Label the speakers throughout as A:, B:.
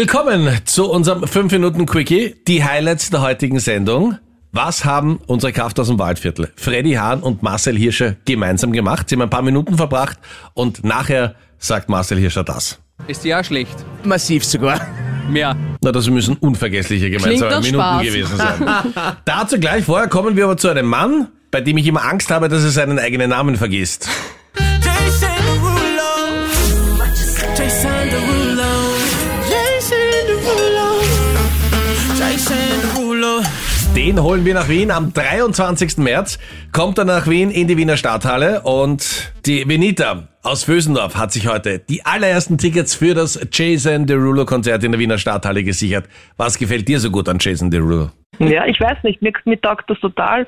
A: Willkommen zu unserem 5-Minuten-Quickie, die Highlights der heutigen Sendung. Was haben unsere Kraft aus dem Waldviertel, Freddy Hahn und Marcel Hirscher, gemeinsam gemacht? Sie haben ein paar Minuten verbracht und nachher sagt Marcel Hirscher das.
B: Ist ja schlecht.
C: Massiv sogar.
B: Mehr.
A: Na, das müssen unvergessliche gemeinsame
D: nach
A: Minuten
D: Spaß.
A: gewesen sein. Dazu gleich, vorher kommen wir aber zu einem Mann, bei dem ich immer Angst habe, dass er seinen eigenen Namen vergisst.
E: Jason Derulo. Jason Derulo. Jason Derulo. Jason Derulo.
A: Den holen wir nach Wien am 23. März, kommt er nach Wien in die Wiener Stadthalle und die Venita aus Vösendorf hat sich heute die allerersten Tickets für das Jason Derulo Konzert in der Wiener Stadthalle gesichert. Was gefällt dir so gut an Jason Derulo?
F: Ja, ich weiß nicht, mir, mir taugt das total.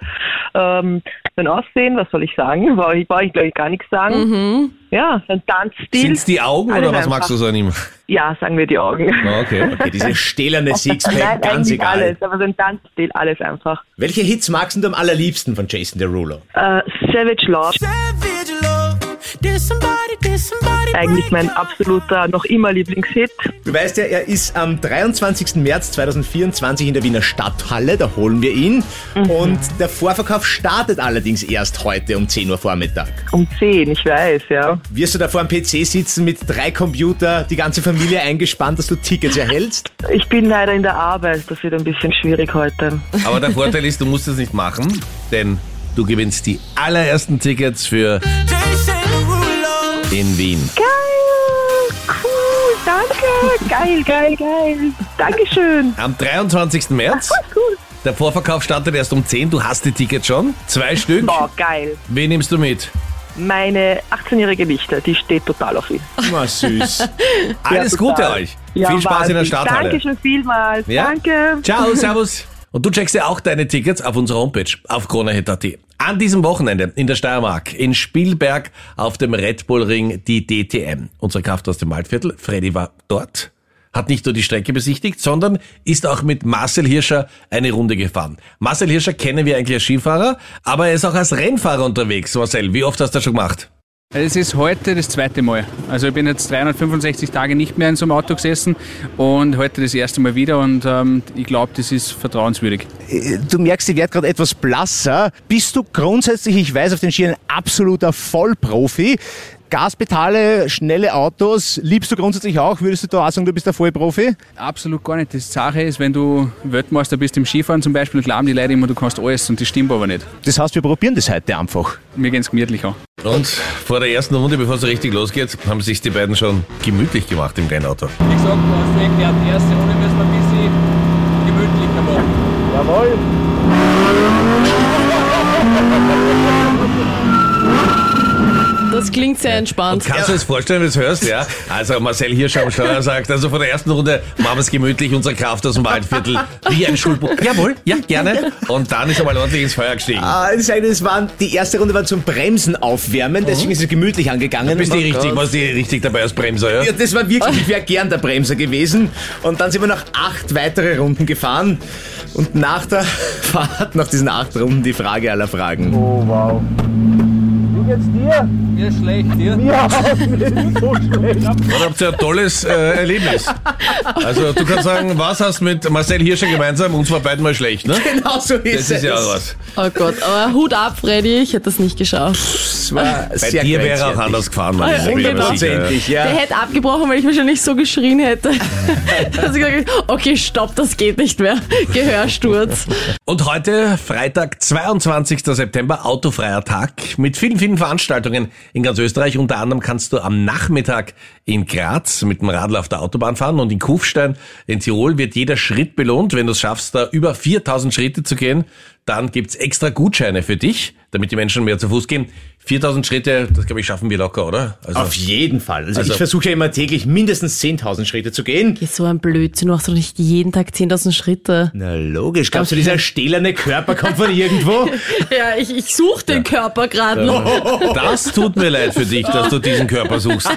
F: Ähm, sein Aussehen, was soll ich sagen? Brauche ich, brauch ich glaube ich, gar nichts sagen. Ja, sein Tanzstil.
A: Sind's die Augen
F: Alles
A: oder was
F: einfach.
A: magst du so an ihm?
F: Ja, sagen wir die Augen.
A: Na, Okay.
C: Okay, diese stählerne Sixpack,
F: Nein,
C: ganz
F: eigentlich
C: egal.
F: alles, aber sein Tanzstil, alles einfach.
C: Welche Hits magst du am allerliebsten von Jason Derulo?
F: Äh, Savage Love,
E: Savage Love. Did somebody, did somebody
F: eigentlich
E: break
F: mein
E: up?
F: absoluter, noch immer Lieblingshit.
C: Du weißt ja, er ist am 23. März 2024 in der Wiener Stadthalle, da holen wir ihn.
F: Mhm.
C: Und der Vorverkauf startet allerdings erst heute um 10 Uhr Vormittag.
F: Um 10, ich weiß, ja.
C: Wirst du da vor einem PC sitzen mit drei Computer, die ganze Familie eingespannt, dass du Tickets erhältst?
F: Ich bin leider in der Arbeit, das wird ein bisschen schwierig heute.
A: Aber der Vorteil ist, du musst es nicht machen, denn du gewinnst die allerersten Tickets für
E: Jason Derulo.
A: in Wien.
F: Geil, cool, danke, geil, geil, geil. Dankeschön,
A: Am 23. März.
F: cool.
A: Der Vorverkauf startet erst um 10. Du hast die Tickets schon. Zwei Stück.
F: Boah, geil.
A: Wen nimmst du mit?
F: Meine 18-jährige Nichte, die steht total auf ihn.
C: Na süß.
A: Alles
F: total.
A: Gute euch.
F: Ja,
A: Viel Spaß in der
F: Wahnsinn.
A: Stadthalle.
F: Danke schon vielmals.
A: Ja?
F: Danke.
A: Ciao, servus. Und du checkst ja auch deine Tickets auf unserer Homepage auf kronehit.at. An diesem Wochenende in der Steiermark, in Spielberg auf dem Red Bull Ring, die DTM. Unsere Kraft aus dem Waldviertel, Freddy war dort, hat nicht nur die Strecke besichtigt, sondern ist auch mit Marcel Hirscher eine Runde gefahren. Marcel Hirscher kennen wir eigentlich als Skifahrer, aber er ist auch als Rennfahrer unterwegs. Marcel, wie oft hast du das schon gemacht?
B: Es ist heute das zweite Mal. Also ich bin jetzt 365 Tage nicht mehr in so einem Auto gesessen und heute das erste Mal wieder und ähm, ich glaube, das ist vertrauenswürdig.
C: Du merkst, die wird gerade etwas blasser. Bist du grundsätzlich, ich weiß, auf den Schienen absoluter Vollprofi? Gaspedale, schnelle Autos, liebst du grundsätzlich auch? Würdest du da auch sagen, du bist der Vollprofi?
B: Absolut gar nicht. Das Sache ist, wenn du Weltmeister bist im Skifahren zum Beispiel, glauben die Leute immer, du kannst alles und das stimmt aber nicht.
C: Das heißt, wir probieren das heute einfach.
B: Mir geht's gemütlich an.
A: Und vor der ersten Runde, bevor es richtig losgeht, haben sich die beiden schon gemütlich gemacht im Rennauto.
B: Wie gesagt, du hast recht, die erste Runde müssen wir ein bisschen gemütlicher machen.
D: Das klingt sehr
A: Und
D: entspannt.
A: kannst du es vorstellen, wenn du es hörst, ja? Also Marcel Hirsch am Steuer sagt, also vor der ersten Runde machen wir es gemütlich, unsere Kraft aus dem Waldviertel, wie ein Schulbuch. Jawohl, ja, gerne. Und dann ist er mal ordentlich ins Feuer gestiegen.
C: Ah, das eine, das waren, die erste Runde war zum Bremsen aufwärmen, deswegen ist es gemütlich angegangen. äh,
A: Bist du richtig, warst du richtig dabei als Bremser, ja?
C: Ja, das war wirklich, ich wäre gern der Bremser gewesen. Und dann sind wir noch acht weitere Runden gefahren. Und nach der Fahrt, nach diesen acht Runden, die Frage aller Fragen.
B: Mir schlecht, dir?
A: Dann habt ihr ein tolles äh, Erlebnis. Also du kannst sagen, was hast mit Marcel Hirscher gemeinsam? Uns war beiden mal schlecht, ne?
C: Genau so
A: Das
C: ist
A: ist ja
C: es.
A: auch was.
D: Oh Gott, aber Hut ab, Freddy, ich hätte das nicht geschafft.
C: Das war
A: Bei dir wäre er auch anders gefahren, Marcel.
D: Ah,
A: bin ich mir
D: genau.
A: sicher, ja.
C: Hundertprozentig, ja.
D: Der hätte abgebrochen, weil ich wahrscheinlich so geschrien hätte, dass ich gesagt hätte, okay, stopp, das geht nicht mehr. Gehörsturz.
A: Und heute, Freitag, 22. September, autofreier Tag mit vielen, vielen Veranstaltungen in ganz Österreich. Unter anderem kannst du am Nachmittag in Graz mit dem Radl auf der Autobahn fahren und in Kufstein in Tirol wird jeder Schritt belohnt. Wenn du es schaffst, da über 4000 Schritte zu gehen, dann gibt's extra Gutscheine für dich, damit die Menschen mehr zu Fuß gehen. 4000 Schritte, das glaube ich, schaffen wir locker, oder? Also,
C: Auf jeden Fall. Also,
A: Also-
C: ich versuche ja immer täglich mindestens 10.000 Schritte zu gehen.
D: So ein Blödsinn, du machst doch nicht jeden Tag 10.000 Schritte.
C: Na logisch, glaubst du, dieser stählerne Körper kommt von irgendwo?
D: Ja, ich, ich suche den Körper gerade noch.
A: Das tut mir leid für dich, dass du diesen Körper suchst.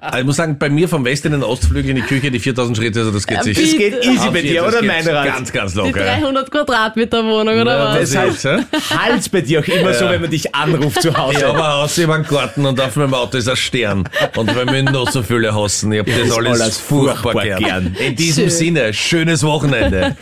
A: Also, ich muss sagen, bei mir vom Westen in den Ostflügel in die Küche, die 4000 Schritte, also das geht sich.
C: Das geht easy
A: Ah,
C: bei
A: vier,
C: dir,
A: das
C: oder
A: geht
C: mein Rat?
A: Ganz, ganz
D: Die
A: locker.
D: 300 Quadratmeter Wohnung. Ahnung, oder
A: Ja,
D: was?
A: das ist, ja?
C: Hals bei dir auch immer so, wenn man dich anruft zu Hause.
A: Ich habe aus über den Garten und auf meinem Auto ist ein Stern. Und weil wir noch so viele hassen, ich habe das,
C: ist
A: alles,
C: alles
A: furchtbar
C: furchtbar
A: gern.
C: gern.
A: In diesem
D: Schön.
A: Sinne, schönes Wochenende.